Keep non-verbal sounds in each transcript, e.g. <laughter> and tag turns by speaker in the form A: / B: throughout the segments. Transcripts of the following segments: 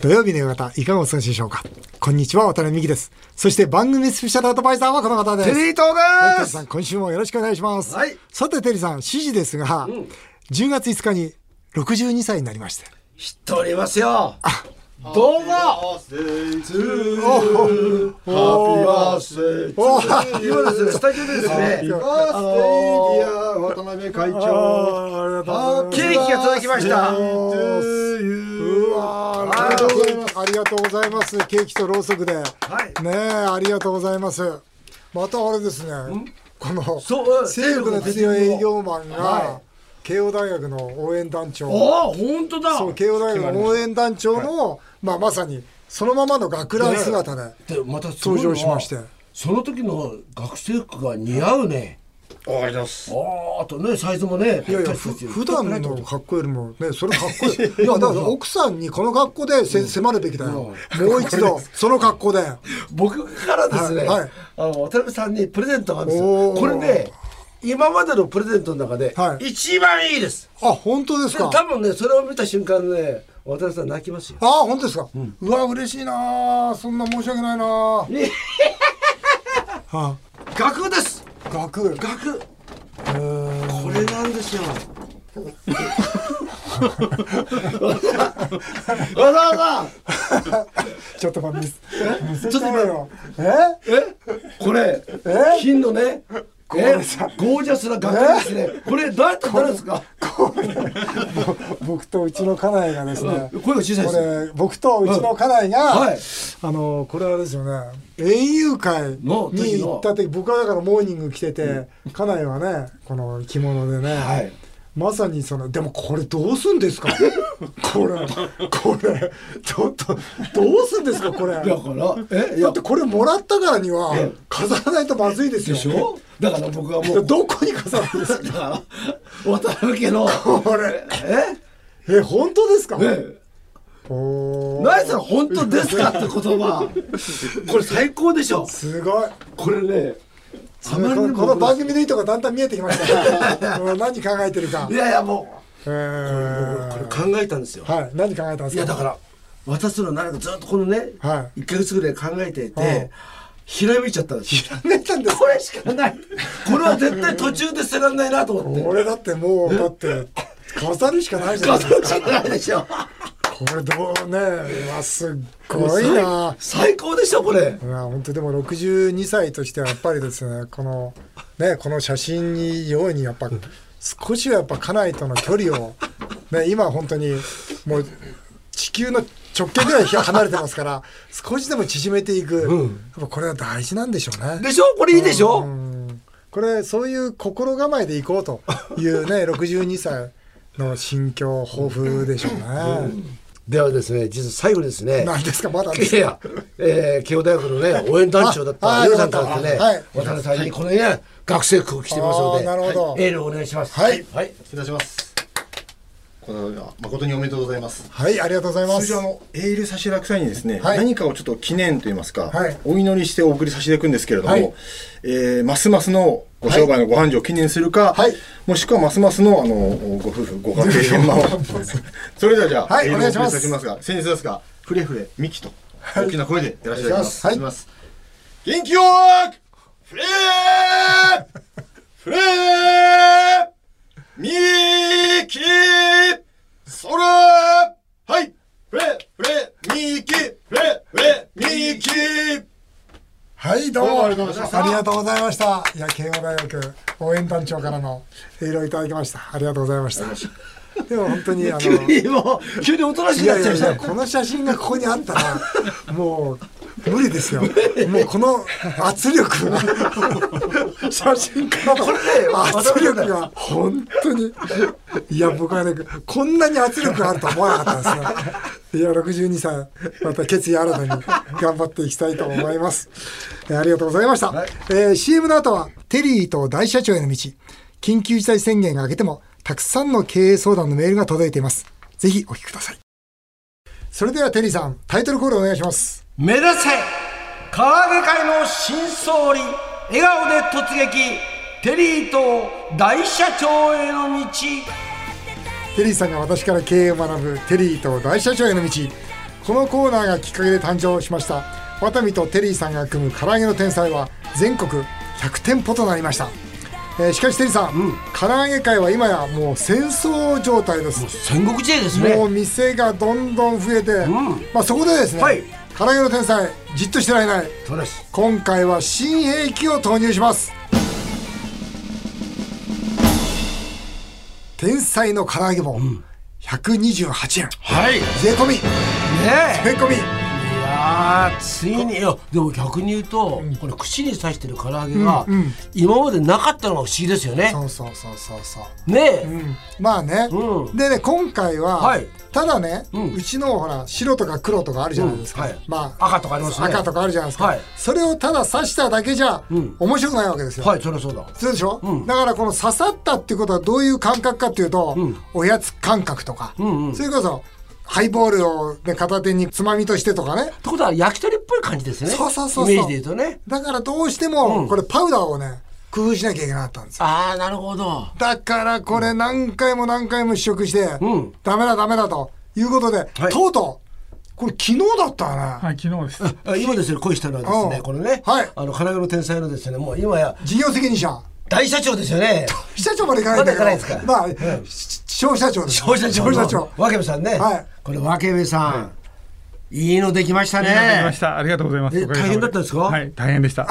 A: 土曜日の夕方、いかがお過ごしでしょうかこんにちは、渡辺美希です。そして番組スペシャルアドバイザーはこの方です。
B: テリー東
A: はい、テ
B: で
A: リー
B: す
A: さん、今週もよろしくお願いします。
B: はい
A: さて、テリーさん、指示ですが、10月5日に62歳になりまして。
B: 知っておりますよどうも
C: ハッピーバースデー
A: お
B: 今ですね、スタジオでですね
C: バースデーディア渡辺会長
A: あ
B: ケーキが届きました
A: うわーありがとうございます。ありがとうございます。ケーキとろうそくで。ね
B: はい
A: え、ありがとうございます。またあれですね。この
B: そう
A: 西部の鉄の営業マン
B: は
A: が慶応大学の応援団長。
B: ああ、本当だ
A: そう慶応大学の応援団長のまあまさにそのままの学ラン姿で
D: でまたすごい
A: 登
D: のは
A: 場しまして。
D: その時の学生服が似合うね
B: 終わります
D: あーとねサイズもね
A: いや
D: ぴ
A: い <laughs> や、
D: った
A: ふ
D: りですよ
A: 普段の格好よりもね、それかっ <laughs> こいい。いや、だから奥さんにこの格好でせ迫るべきだよ。もう一 <laughs> 度、その格好で。
B: 僕からですね、
A: はいはい
B: あの渡辺さんにプレゼントがあるんです
A: お
B: よ
A: ー
B: これね今までのプレゼントの中で、
A: はい
B: 一番いいです
A: あ、本当です
B: で
A: か。
B: 多分ねそれを見た瞬間ね渡辺さん泣きますよ
A: あ、本当ですか。うわ、嬉しいなあ。そんな申し訳ないなあ。あ、
B: 額です
A: 額。
B: 額これなんです
A: <laughs>
B: よわざわ
A: ちょっと待って。
B: ざちょっと今の
A: え、
B: えこれ
A: え
B: 金のねえゴージャスな額ですねこれどうやってなるんですか
A: 僕とうちの家内がですね。
B: 声が小さい
A: こ
B: です
A: れ、僕とうちの家内が。
B: はい
A: あのこれはですよね園遊会に
B: の時の
A: 行った時僕はだからモーニング着てて家内はねこの着物でね、
B: はい
A: まさにそのでもこれどうすんです
B: <laughs>
A: かこれこれちょっとどうすんですかこれ
B: だからえい
A: だ
B: や
A: ってこれもらったからには
B: え
A: 飾らないとまずいですよ
B: でしょだから僕はもう
A: どこに飾るんですか
B: だから渡辺家の
A: これ
B: え
A: え本当ですか
B: え
A: おー
B: 何それ本当ですかって言葉これ最高でしょ
A: すごい
B: これねあ
A: こ
B: まりに
A: の
B: も
A: この番組のいいとこだんだん見えてきましたね
B: <laughs>
A: もう何考えてるか
B: いやいやも
A: えー
B: うこれ考えたんですよ
A: はい、何考えたんですか。
B: いやだから渡すのなんかずっとこのね、
A: は
B: 一1か月ぐらい考えていて、
A: はい
B: ひらめいちゃったんですよ
A: 考えたんです
B: こ。れしかないこれは絶対途中で捨てられないなと思って
A: 俺だってもうだって飾るしかないじゃない
B: 飾るしかないでしょ
A: これどうね、うわすっごいな。
B: 最高でしょこれ
A: いや本当でも62歳としてはやっぱりですね、このねこの写真にようにやっぱ少しはやっぱ家内との距離をね今本当にもう地球の直径ぐらい離れてますから少しでも縮めていく、やっぱこれは大事なんでしょうね。
B: でしょこれいいでしょ、
A: これそういう心構えでいこうという <laughs> ね62歳の心境抱負でしょうね。
B: ではですね実は最後にですね
A: 何ですかまだ
B: いや、えー、慶応大学のね、応援団長だった
A: あ
B: りょうさんからです
A: よ
B: ね、
A: かったはい
B: 渡辺さんにこのね、学生服を着てますので、
A: あーなるほど
B: はいエールをお願いします。
A: はい
B: はい。
C: 失礼しますこの度は誠におめでとうございます
A: はいありがとうございま
C: 通
A: す。
C: 常あ
A: は
C: のエール差し上げる際にですね、
A: はい
C: 何かをちょっと記念といいますか、
A: はい
C: お祈りしてお送りさせていただくんですけれども、
A: はい
C: えーますますのご商売のご繁盛を記念するか、
A: はい
C: もしくはますますのあのご夫婦ご家庭
A: <laughs>
C: 円満をそれではじゃあ、
A: はい
C: エールを
A: お願いします
C: お送りさせていただきますが先日ですがフレフレミキと大きな声でやらせていただきます,、
A: はい
C: いきます元気よーくフレーフレーミーキーそれはいフレフレミーキーフレフレミーキー
A: いどうも
C: どうも
A: あ
C: あ
A: り
C: り
A: が
C: が
A: と
C: と
A: うご
C: うご
A: ざ
C: ざ
A: い
C: い
A: ま
C: ま
A: し。
C: したた
A: ありがとうございました。いや慶応大学応援団長からのエールをいただきました。ありがとうございました。でも本当にあの
B: 急にもう、急におとなしく
A: い
B: な
A: や
B: っ
A: い
B: ちゃい
A: や
B: ま
A: い
B: した
A: や、。この写真がここにあったら、もう、無理ですよ。もうこの圧力が、写真からの圧力が、本当に。いや、僕はね、こんなに圧力があるとは思わなかったですね。いや、62歳、また決意新たに頑張っていきたいと思います。えーありがとうございました。えー CM の後は、テリーと大社長への道、緊急事態宣言が明けても、たくさんの経営相談のメールが届いています。ぜひお聞きください。それではテリーさんタイトルコールお願いします
B: 目指せ唐揚げ界の新総理笑顔で突撃テリーと大社長への道
A: テリーさんが私から経営を学ぶテリーと大社長への道このコーナーがきっかけで誕生しましたワタミとテリーさんが組む唐揚げの天才は全国100店舗となりました、えーしかしテリーさん、唐揚げ界は今やもう戦争状態です
B: 戦国時代です
A: もう
B: ね
A: 店がどんどん増えて、
B: ん
A: まあ、そこでですね、
B: はい
A: 唐揚げの天才じっとしてられない
B: そうです
A: 今回は新兵器を投入します天才の唐揚げ棒、128円
B: はいね
A: 税込み税
B: え
A: 込み
B: いやーついにいやでも逆に言うと、これ串に刺してる唐揚げが、
A: うんうん
B: 今までなかったのが不思議ですよね
A: そうそうそうそうそう
B: ねえ、
A: まあね、
B: うん
A: でね今回は、
B: はい
A: ただね、うんちのほら白とか黒とかあるじゃないですか、
B: うんはい
A: まあ
B: 赤とかありますね
A: 赤とかあるじゃないですか、
B: はい
A: それをただ刺しただけじゃ、
B: ん
A: 面白くないわけですよ、
B: はいそりゃそうだ
A: そうでしょ、
B: うん
A: だからこの刺さったってことはどういう感覚かっていうと、
B: ん
A: おやつ感覚とか、
B: んうん
A: それこそハイボールを、ね、片手につまみとしてとかね
B: ってことは焼き鳥っぽい感じですね
A: そうそうそうそう
B: イメージで言うとね
A: だからどうしても
B: ん
A: これパウダーをね工夫しなきゃいけなかったんですよ
B: ああなるほど
A: だからこれ何回も何回も試食して、
B: うん
A: ダメだダメだということで、
B: はい
A: とうとうこれ昨日だったよね、
E: はい、昨日です。
B: あ今ですね恋したのはです
A: う
B: ね
A: ん
B: このね、
A: はい
B: あの神奈川の天才のですねもう今や
A: 事業責任者
B: 大社長です
A: <laughs>
B: よね
A: 社長までいかないんだけど
B: まだいかないですか
A: まあ、
B: うん
A: し小社長です
B: 消費者庁
A: 小社
B: の
A: 長
B: ワケ部さんね、
A: はい
B: これワケ部さん、いいのできましたね
E: いいのが来ました。ありがとうございます。
B: え
E: おかげさま
B: 大変だったんですか
E: はい、大変でした。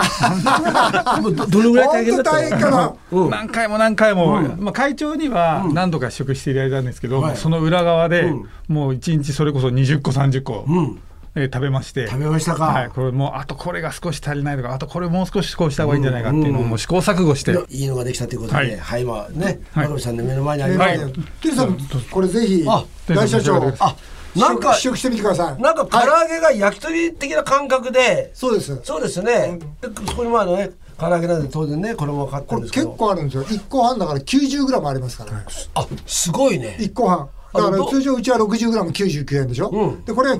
B: もうどどのぐらい大変だったの
A: 本当大変かな
B: うん
E: 何回も何回も、まあ、会長には何度か試食していただいたんですけど、その裏側で、もう1日それこそ20個30個、えー食べまして
B: 食べましたか
E: はい、これもうあとこれが少し足りないとかあとこれもう少しこうした方がいいんじゃないかっていうのをもう試行錯誤して、
B: いいのができたということで、は、
E: はいい
B: 今ね、
E: はい
B: ワケ部さんの目の前にあり
A: え
B: ます、
E: はい
A: テリーさんこれぜひ
B: あ
A: 大社長
E: 大社長
B: あなんか
A: 試食試食してみてください
B: なんか唐
A: はい
B: 揚げが焼き鳥的な感覚で、
A: そうです
B: そうですね、でそこにまあのね唐揚げなんで当然ねこれも分かって
A: こ
B: るん
A: れ
B: ですけ
A: 結
B: ど
A: 構あるんですよ1個半だから 90g ありますから、
B: あすごいね
A: 1個半だ
B: あ
A: から
B: ど
A: 通常うちは 60g99 円でしょ、
B: うん
A: でこれが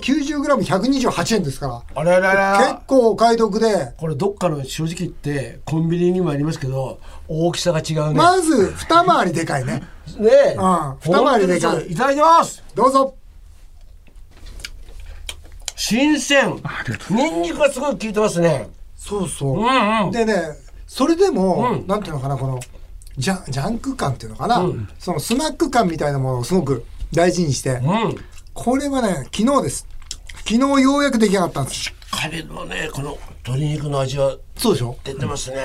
A: 90g128 円ですか
B: あれあれあれ
A: ら
B: あれ
A: 結構お買い得で
B: これどっかの正直言ってコンビニにもありますけど大きさが違うね。
A: まず二回りでかいね
B: ねえ、
A: うん二回りでかい
B: 本当にそういただきます。
A: どうぞ
B: 新鮮。ニンニクがすごい効いてますね。
A: そうそう、
B: うんうん。
A: でねそれでも、
B: うん
A: なんていうのかなこのジャジャンク感っていうのかな、そのスナック感みたいなものをすごく大事にして、
B: うん。
A: これはね昨日です昨日ようやく出来上がったんです
B: カレーのねこの鶏肉の味は
A: そうでしょ
B: 出てますね。
A: ね、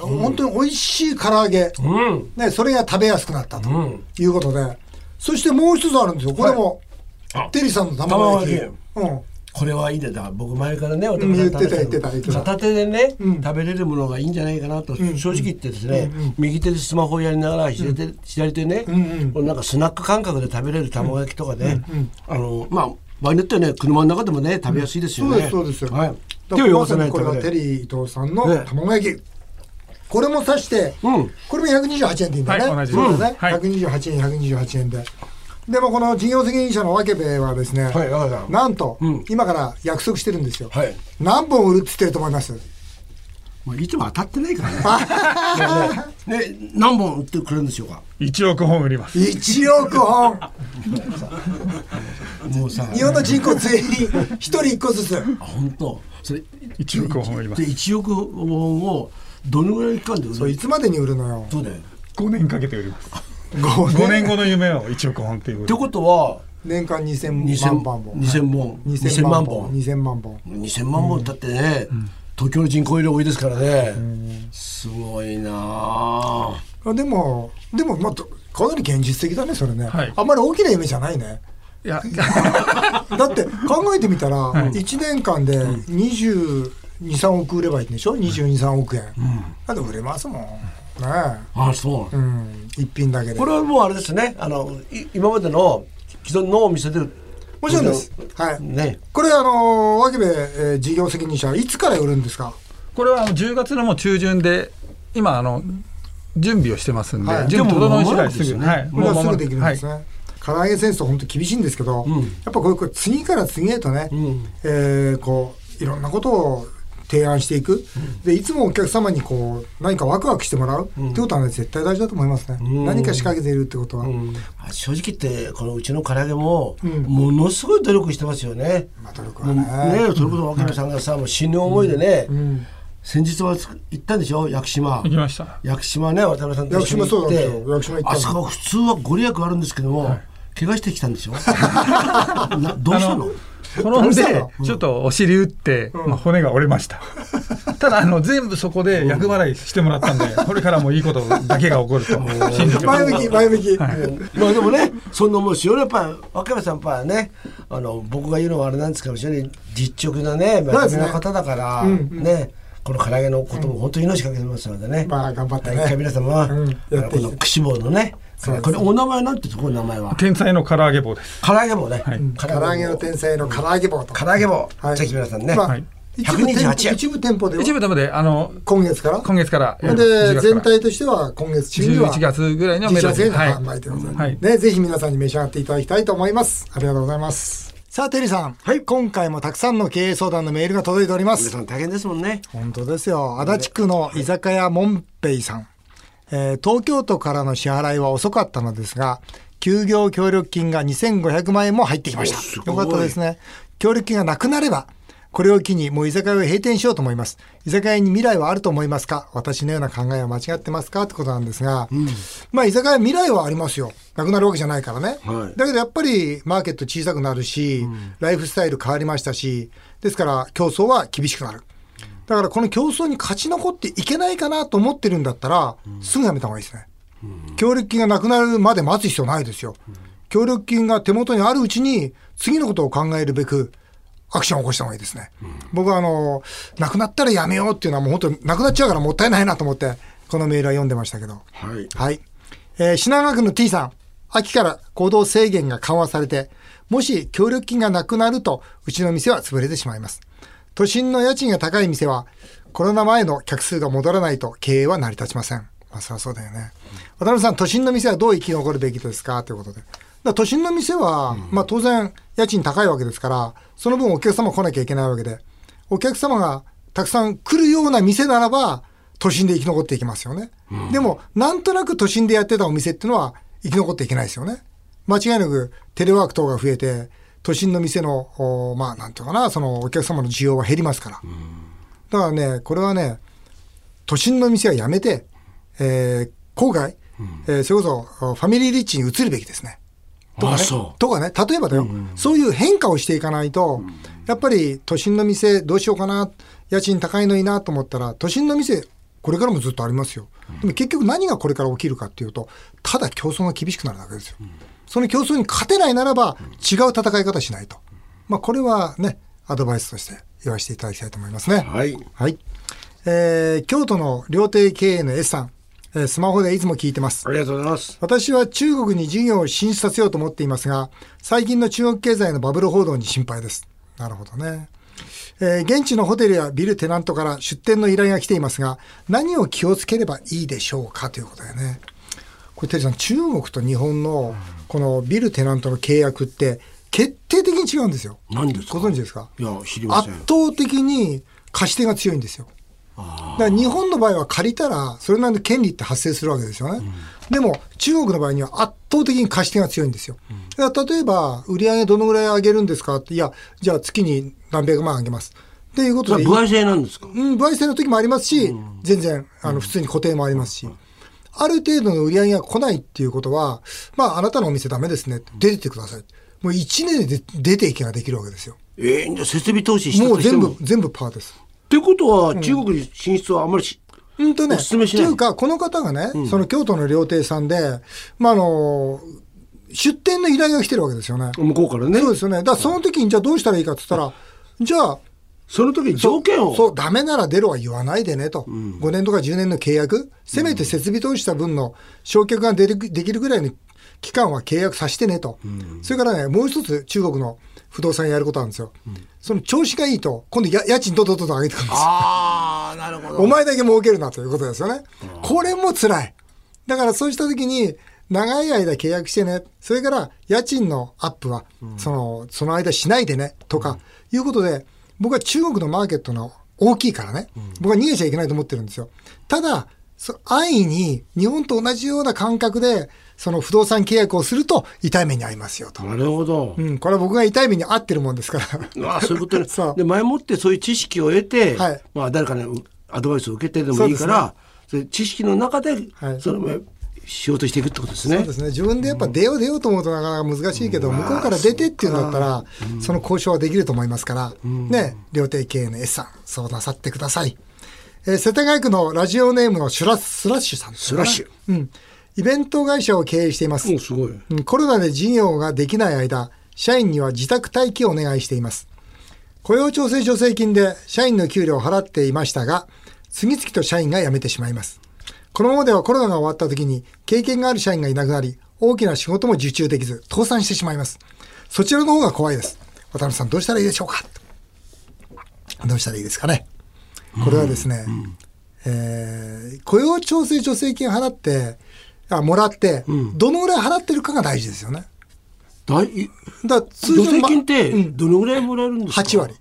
A: 本当に美味しい唐揚げ、
B: うん。
A: ね、それが食べやすくなったと
B: うん
A: いうことで、そしてもう一つあるんですよこれも、
B: あ
A: テリーさんの卵焼き
B: 卵
A: うん
B: これはいいねだから僕前からねお
A: ん
B: 食べ
A: 言ってた言ってた言ってた
B: 片手でね、
A: うん
B: 食べれるものがいいんじゃないかなと、正直言ってですね、右手でスマホをやりながら左手,、左手ね、
A: んうん
B: こうなんかスナック感覚で食べれる卵焼きとかね、あのまあ場合によってはね車の中でもね食べやすいですよ
A: そう
B: ね、
A: ですそうですよ、
B: はい、
A: だか
B: 手を
A: ら
B: 汚
A: ま
B: さ
A: さ
B: ない
A: にこれ
B: と
A: は
B: ね
A: テリー伊藤さんの
B: ね
A: 卵焼き、これも刺して、
B: うん
A: これも128円でいいんだよね、
E: はい同じ
A: そうだね、
E: はい
A: 128円128円ででもこの事業責任者のわけべはですね、
B: はいわかった
A: なんと、
B: うん
A: 今から約束してるんですよ、
B: はい
A: 何本売るって言ってると思います
B: まあ、いつも当たってないか
A: <laughs>
B: らねねね何本売ってくれるんでしょうか
E: 1億本売ります
A: 1億本
B: もうさ
A: 日本の人口全員1人1個ずつ
B: あ本当それ
E: 1億本売ります
B: で1億本をどのぐらいの期間で売る
A: それいつまでに売るのよ
B: そうだよ
E: 5年かけて売ります
A: 5
E: 5年後の夢を1億本っていう
B: ってことは
A: 年間2000
B: 2000
A: 万本
B: 2000本
A: 2000
B: 2000万
A: 万
B: 本
A: 本2000万本
B: 2000万本だってね、東京の人口より多いですからね、すごいなあ
A: あでもでもまあとかなり現実的だねそれね、
E: はい
A: あんまり大きな夢じゃないね
E: いや
A: だって考えてみたら1年間で223億売ればいいんでしょ223億円、あと売れますもんね
B: あそう、
A: えうん一品だけで
B: これはもうあれですねあのい今までの既存のお店で
A: もちろんですはい
B: ね
A: これあのわけべ、えー事業責任者いつから売るんですか
E: これはあの10月のもう中旬で今あの準備をしてますんで、
A: はい
E: 準備整い次
B: でもも
E: 第
B: う間もなくです
E: す
B: よ
E: ぐ
B: ね
E: はい
A: これは
E: もう
A: す
E: 間も
A: ぐ
E: なく
A: できるんですね、唐揚げ戦争本当厳しいんですけど、やっぱこういうこう次から次へとね、えーこういろんなことを提案していく、でいつもお客様にこう何かワクワクしてもらう、ってことは、ね、絶対大事だと思いますね、何か仕掛けているってことは、
D: あ正直言ってこのうちの唐揚げもものすごい努力してますよね。
A: まあ努力
D: もう
A: はね
D: ねそれこそ若菜さんがさ、もう死ぬ思いでね、
A: ん
D: 先日はつ行ったんでしょ屋久島
E: 行
A: <laughs>
E: きました
D: 屋久島ね渡辺さんと一緒に行っ
A: 屋久島そう
D: て
A: なんですよ屋久島行ったの
D: あそこは普通はご利益あるんですけども、怪我してきたん
A: <laughs>
D: でしょなどうしたの
E: 転ん
A: どうした
E: で
A: の
E: ちょっとお尻打って、まあ、骨が折れま
A: <laughs>
E: したただあの全部そこで厄払いしてもらったんで、これからもいいことだけが起こ
A: <laughs>
E: ると信じてます
A: 前向き前向き、
D: まあでもねそんな思いしようねやっぱ若山さんやっぱねあの僕が言うのはあれなんですかもしれない実直なね真面目な方だから、ねこの唐揚げのことも本当に命かけてますのでね、
A: まあ頑張ってね
D: 一回皆様は、
A: うんやっていきたい
D: この串棒のね
A: そうです
D: これお名前なんてところの名前は
E: 天才の唐揚げ棒です
D: 唐揚げ棒ね、
A: 唐揚げの天才の唐揚げ棒と
D: 唐揚げ棒、
A: はい
D: ぜひ皆さんね、
A: まあ
E: はい
A: 一部店
D: 128円
A: 一部店舗では
E: 一部でもであの
A: 今月から
E: 今月からやる10
A: で
E: 月から
A: 全体としては今月中には
E: 11月ぐらいの目処
A: 11月
E: で
A: への
E: はい
A: 販売ということで、
E: はい
A: ね、ぜひ皆さんに召し上がっていただきたいと思いますありがとうございますさあテリーさん、はい、今回もたくさんの経営相談のメールが届いておりま
D: 皆
A: す
D: さん大変ですもんね
A: 本当ですよ足立区の居酒屋もんぺいさん、えー東京都からの支払いは遅かったのですが休業協力金が2500万円も入ってきましたよかったですね協力金がなくなればこれを機にもう居酒屋を閉店しようと思います居酒屋に未来はあると思いますか私のような考えは間違ってますかってことなんですが、まあ居酒屋未来はありますよなくなるわけじゃないからね、
D: はい
A: だけどやっぱりマーケット小さくなるし、ライフスタイル変わりましたしですから競争は厳しくなるだからこの競争に勝ち残っていけないかなと思ってるんだったら、すぐやめた方がいいですね。協力金がなくなるまで待つ必要ないですよ。協力金が手元にあるうちに、次のことを考えるべく、アクションを起こした方がいいですね。僕はあの、なくなったらやめようっていうのはもう本当、なくなっちゃうからもったいないなと思って、このメールは読んでましたけど。
D: はい
A: はい。えー品川区の T さん。秋から行動制限が緩和されて、もし協力金がなくなると、うちの店は潰れてしまいます。都心の家賃が高い店は、コロナ前の客数が戻らないと経営は成り立ちません。まあ、そりゃそうだよね。渡辺さん、都心の店はどう生き残るべきですかということで。だから都心の店は、まあ当然、家賃高いわけですから、その分お客様来なきゃいけないわけで、お客様がたくさん来るような店ならば、都心で生き残っていきますよね。でも、なんとなく都心でやってたお店っていうのは生き残っていけないですよね。間違いなくテレワーク等が増えて、都心の店の、おまあ、なんていうのかな、そのお客様の需要は減りますから。だからね、これはね、都心の店はやめて、えー郊外、えーそれこそファミリーリッチに移るべきですね。とか
D: あ
A: ね
D: そ
A: とかね、例えばだよ、そういう変化をしていかないと、やっぱり都心の店どうしようかな、家賃高いのいいなと思ったら、都心の店、これからもずっとありますよ。でも結局何がこれから起きるかっていうと、ただ競争が厳しくなるだけですよ。その競争に勝てないならば、違う戦い方しないと。まあ、これはね、アドバイスとして言わせていただきたいと思いますね。
D: はい
A: はい。えー京都の料亭経営の S さん、えースマホでいつも聞いてます
D: あ。りがとうございます
A: 私は中国に事業を進出させようと思っていますが、最近の中国経済のバブル報道に心配です。なるほどね。えー現地のホテルやビルテナントから出店の依頼が来ていますが、何を気をつければいいでしょうかということだよね。これ、テリーさん、中国と日本のこのビルテナントの契約って、決定的に違うんですよ。
D: 何ですか
A: ご存知ですか
D: いや知りませ
A: 圧
D: ん
A: 倒的に貸し手が強いんですよ。だから日本の場合は借りたらそれなりの権利って発生するわけですよね、でも中国の場合には圧倒的に貸し手が強いんですよ、だから例えば売上どのぐらい上げるんですかっていやじゃあ月に何百万上げますっていうこと
D: そ
A: で
D: れは歩合制なんですか
A: うん、歩合制の時もありますし、全然あの普通に固定もありますし、ある程度の売り上げが来ないっていうことは、まあ、あなたのお店ダメですね、出てってください、もう1年で出ていけができるわけですよ、
D: えー、じゃあ設備投資したと
A: もう
D: して
A: 全
D: も
A: 部、全部パーです。
D: ってことは中国に進出はあんまりし、
A: うんとね、
D: お勧めしない
A: っていうか、この方がね、その京都の料亭さんで、まあ、あの、出店の依頼が来てるわけですよね。
D: 向こうからね
A: そうですよね。だからその時に、じゃあどうしたらいいかって言ったら、じゃあ、
D: その時に条件を
A: そう、ダメなら出ろは言わないでねと。5年とか10年の契約、せめて設備投資した分の償却が出るできるぐらいの期間は契約させてねと。それからね、もう一つ中国の不動産やることなんですよ。その調子がいいと、今度や家賃どんどんどんどん上げてくるんですよ。
D: ああなるほど
A: お前だけ儲けるなということですよね。これも辛い。だからそうした時に、長い間契約してね。それから、家賃のアップは、その、その間しないでね、とか、いうことで、僕は中国のマーケットの大きいからね、僕は逃げちゃいけないと思ってるんですよ。ただ、そ安易に日本と同じような感覚で、その不動産契約をすると痛い目に遭いますよと。
B: なるほど
A: う。ん、これは僕が痛い目に遭ってるもんですから。
B: ああそういうことね
A: そう
B: で前もってそういう知識を得て、
A: はい
B: まあ、誰かにアドバイスを受けてでもいいからそれ知識の中で、
A: はい
B: そのまあ仕事していくってことです
A: そう
B: ね
A: で。すね自分でやっぱ出よう出ようと思うとなかなか難しいけど、向こうから出てっていうんだったら、その交渉はできると思いますから、ね、料亭経営の S さん、そうなさってください。えー世田谷区のラジオネームのシュラスラッシュさんです
B: ス
A: ね、
B: ラッシュ。
A: うん。イベント会社を経営しています
B: もう。すごい。
A: うんコロナで事業ができない間、社員には自宅待機をお願いしています。雇用調整助成金で社員の給料を払っていましたが、次々と社員が辞めてしまいます。このままではコロナが終わった時に経験がある社員がいなくなり、大きな仕事も受注できず、倒産してしまいます。そちらの方が怖いです。渡辺さん、どうしたらいいでしょうかどうしたらいいですかね。これはですね、えー雇用調整助成金払って、あもらって、どのぐらい払ってるかが大事ですよね。
B: だい
A: だから通
B: 助
A: 常
B: 成
A: ま
B: 金って
A: うん
B: どのぐらいもらえるんですか。
A: 8割。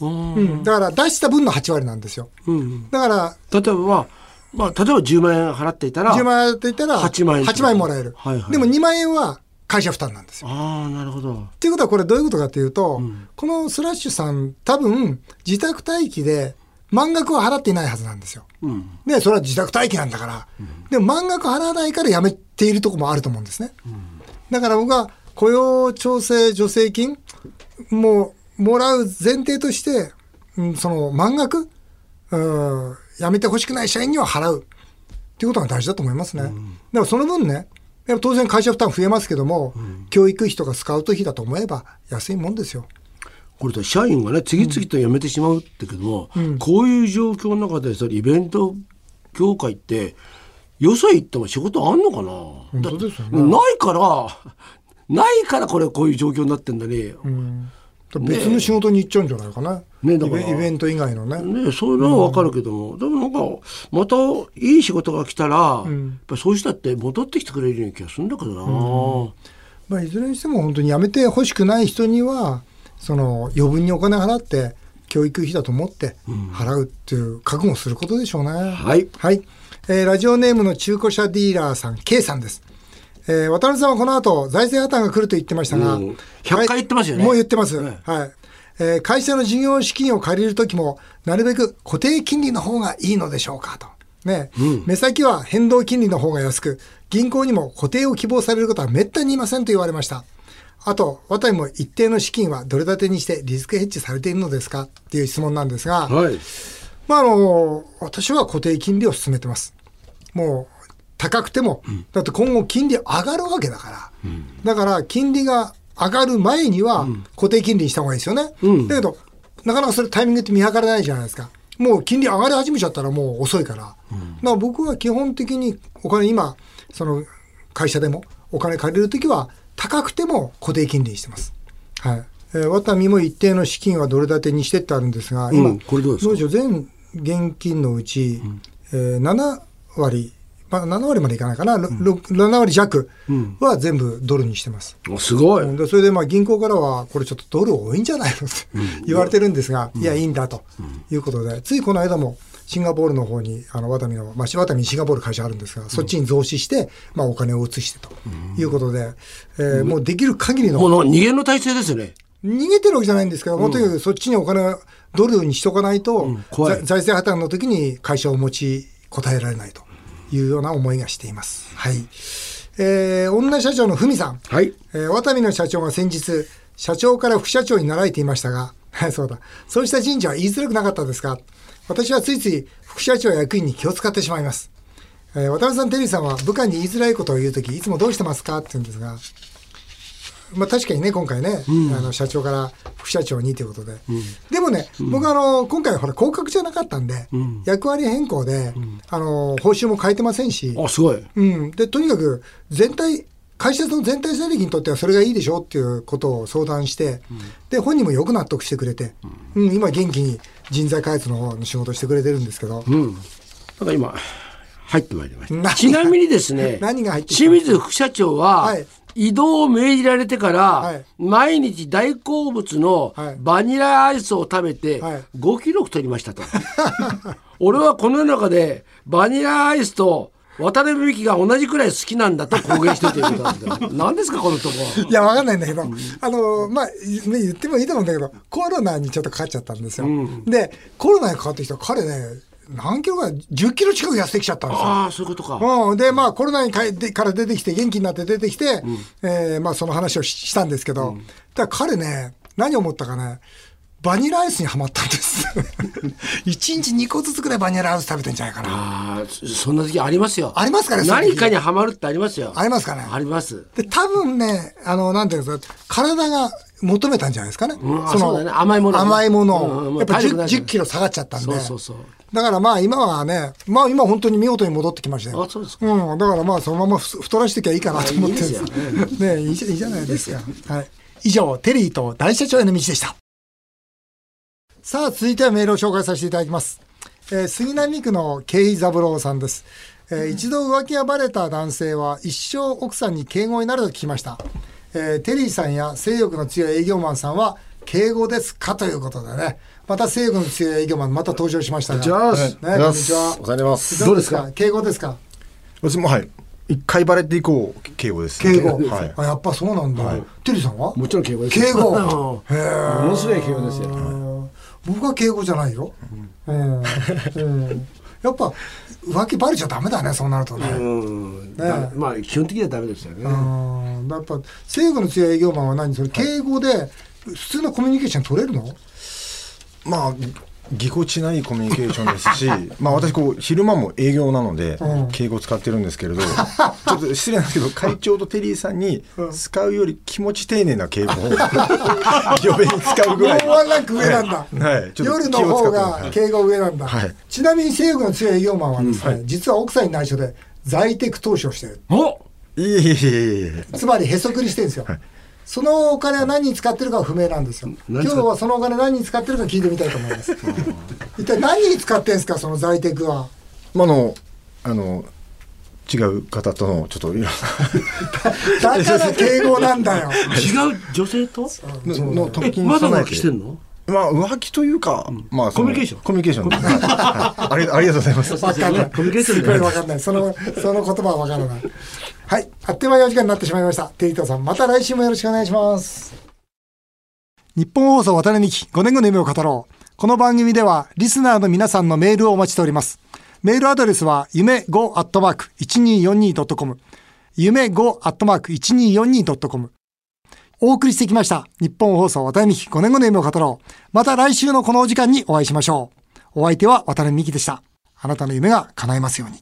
B: あー。
A: うんだから出した分の8割なんですよ。
B: うんうん。
A: だから、
B: 例えばまあ、まあ、例えば10万円払っていたら。
A: 10万円って言ったら、
B: 8万円
A: 8万円もらえる。
B: はいはい
A: でも2万円は会社負担なんですよ。
B: ああなるほど。
A: っていうことはこれどういうことかというと、このスラッシュさん多分自宅待機で満額は払っていないはずなんですよ。
B: うん。
A: ね、それは自宅待機なんだから、でも満額払わないからやめているとこもあると思うんですね、だから僕は雇用調整助成金もうもらう前提として、うん、その満額、うん、やめてほしくない社員には払うっていうことが大事だと思いますね、だからその分ねやっぱ当然会社負担増えますけども、教育費とかスカウト費だと思えば安いもんですよ
B: これと社員がね次々と辞めてしまうってけども、こういう状況の中でそれイベント業界ってよそ行っても仕事あんのかな
A: 本当ですよね
B: だないから <laughs> ないからこれこういう状況になってんだね。
A: 別の仕事に行っちゃうんじゃないかな、
B: ね
A: イ
B: だから
A: ベイベント以外のね、
B: ねそういうのはわかるけども、でもなんかまたいい仕事が来たら、やっぱりそういう人だって戻ってきてくれるような気がするんだけどな、
A: まあ、いずれにしても本当にやめてほしくない人にはその余分にお金払って教育費だと思って払うっていう覚悟をすることでしょうね。
B: はい
A: はい、えーラジオネームの中古車ディーラーさん K さんです。えー渡辺さんはこの後財政破綻が来ると言ってましたが、
B: うん100回言ってますよね
A: もう言ってます。
B: ね
A: はい。えー会社の事業資金を借りるときも、なるべく固定金利の方がいいのでしょうかと。ね、目先は変動金利の方が安く、銀行にも固定を希望されることは滅多にいませんと言われました。あと、渡辺も一定の資金はどれだけにしてリスクヘッジされているのですかっていう質問なんですが、
B: はい。
A: まあ、あの、私は固定金利を進めてます。もう、高くても、だって今後金利上がるわけだから、だから金利が上がる前には固定金利にした方がいいですよね。だけど、なかなかそれタイミングって見計らないじゃないですか。もう金利上がり始めちゃったらもう遅いから。だから僕は基本的にお金今、その会社でもお金借りるときは高くても固定金利にしてます。はい。えー、渡美も一定の資金はどれだけにしてってあるんですが、今、
B: うんこれどうですか
A: 農場全現金のうち、えー7割、まあ、7割までいかないかな、ろろ7割弱は全部ドルにしてます。
B: あすごい。
A: でそれでまあ銀行からは、これちょっとドル多いんじゃないのって <laughs> 言われてるんですが、いや、いいんだということで、ついこの間もシンガポールの方に、あのワタミの、まあ、ワタミにシンガポール会社あるんですが、そっちに増資して、まあ、お金を移してということで、えーもうできる限りの
B: もう逃げの体制ですよね。
A: 逃げてるわけじゃないんですけど、もうとにかくそっちにお金をドルにしとかないと、
B: 怖い
A: ざ財政破綻の時に会社を持ちこたえられないというような思いがしています。はい。えー、女社長のふみさん。
B: はい。
A: えー、渡美の社長が先日、社長から副社長になられていましたが、 <laughs> はい、そうだ。そうした人事は言いづらくなかったですが、私はついつい副社長や役員に気を使ってしまいます。えー、渡辺さん、テリーさんは部下に言いづらいことを言うとき、いつもどうしてますかって言うんですが、まあ、確かにね、今回ね、あの社長から副社長にということで、でもね、僕あの、今回、ほら、降格じゃなかったんで、役割変更で、あの報酬も変えてませんし、
B: あすごい。
A: うん、でとにかく全体会社の全体戦力にとってはそれがいいでしょうっていうことを相談して、で本人もよく納得してくれて、うん今元気に人材開発の方の仕事してくれてるんですけど、
B: うん。なんか今、入ってまいりまし
A: 何が
B: た。ちなみにですね、
A: <laughs> 何が入ってきた
B: 清水副社長は、
A: はい
B: 移動を命じられてから、
A: はい
B: 毎日大好物の
A: はい
B: バニラアイスを食べて
A: はい
B: 5キロ太りましたと、 <laughs> 俺はこの世の中でバニラアイスと渡辺美樹が同じくらい好きなんだと公言してるということなんですけど <laughs> 何ですかこのと
A: <laughs>
B: こ
A: いや、わかんないんだけど、あの、まあ、いね、言ってもいいと思うんだけど、コロナにちょっとかかっちゃったんですよ。で、コロナにかかってきたら彼ね、何キロぐらい、10キロ近く痩せてきちゃったんですよ。
B: ああそういうことか
A: うん、でまあコロナにかえでから出てきて元気になって出てきて、えーまあ、その話をししたんですけど、だから彼ね何を思ったかねバニラアイスにはまったんです
B: <laughs>
A: 一日2個ずつぐらいバニラアイス食べてんじゃないかな
B: ああそそんな時ありますよ
A: ありますかねそういう時
B: 何かにはまるってありますよ
A: ありますかね
B: あります
A: で多分ねあのなんていうんですか体が求めたんじゃないですかね,、
B: んあそうだね甘いもの
A: 甘いもの
B: うんうん
A: を
B: もう
A: やっぱ
B: 体力ない
A: 10,
B: から
A: 10キロ下がっちゃったんで
B: そうそうそう
A: だからまあ今はねまあ今本当に見事に戻ってきましたよ
B: あそうですか
A: うん、だからまあそのままふ太らしてきゃいいかなと思ってるんです
B: いいで
A: <laughs>
B: す
A: ねいいじゃいいじゃないですか、はい、以上テリーと大社長への道でしたさあ続いてはメールを紹介させていただきます、えー杉並区の慶井三郎さんです、えー一度浮気がバレた男性は一生奥さんに敬語になると聞きました、えーテリーさんや性欲の強い営業マンさんは敬語ですかということでねまた性欲の強い営業マンまた登場しましたが
C: は
A: ねこんにちは
C: おはようございます。
A: どうですか敬語ですか
C: 私もはい。一回バレて以降、敬語です、
A: 敬語、
C: はい。
A: あやっぱそうなんだ、テリーさんは
B: もちろん敬語です
A: 敬語
B: うん
C: <laughs>
B: ものすごい敬語ですよ
A: 僕は敬語じゃないよ、うんうんやっぱ浮気バレちゃダメだねそうなるとね、
B: うんだまあ基本的にはダメですよね
A: うんやっぱ政府の強い営業マンは何それ敬語で普通のコミュニケーション取れるの、
C: まあ、ぎこちないコミュニケーションです
B: <laughs>
C: し、まあ私こう、昼間も営業なので、敬語使ってるんですけれど、ちょっと失礼なんですけ
B: <laughs>
C: ど、会長とテリーさんに使うより気持ち丁寧な敬
B: <laughs>
C: 語を、嫁に使うぐらい。
A: もうワンランク上なんだ、
C: はいはいちょっ
A: 夜の
C: と気を
A: 方
C: 使ってます
A: が敬語上なんだ、
C: はい
A: ちなみに政府の強い営業マンはですね、実は奥さんに内緒で在宅投資をしてる
B: お
C: いえいえいえいえ。
A: つまりへそくりしてるんですよ、そのお金は何に使ってるかは不明なんですよ今日はそのお金何に使ってるか聞いてみたいと思います一体何に使ってんですかその在宅は
C: まああの、あの、違う方との、ちょっといろんな
A: だから敬語なんだよ
B: 違う女性と
C: のの時
B: え
C: に
B: まだ
C: 備え
B: 浮気してんの
C: まあ浮気というか、まあその
B: コミュニケーション
C: コミュニケーションです、はいはいありありがとうございます。
A: わかんない
B: コミュニケーション
A: すごいわかんないそのその言葉はわからないはいあっという間にお時間になってしまいましたテリトさんまた来週もよろしくお願いします日本放送渡辺美希5年後の夢を語ろうこの番組ではリスナーの皆さんのメールをお待ちしておりますメールアドレスは夢 5-1242.com 夢 5-1242.com お送りしてきました日本放送渡辺美希5年後の夢を語ろうまた来週のこのお時間にお会いしましょうお相手は渡辺美希でしたあなたの夢が叶いますように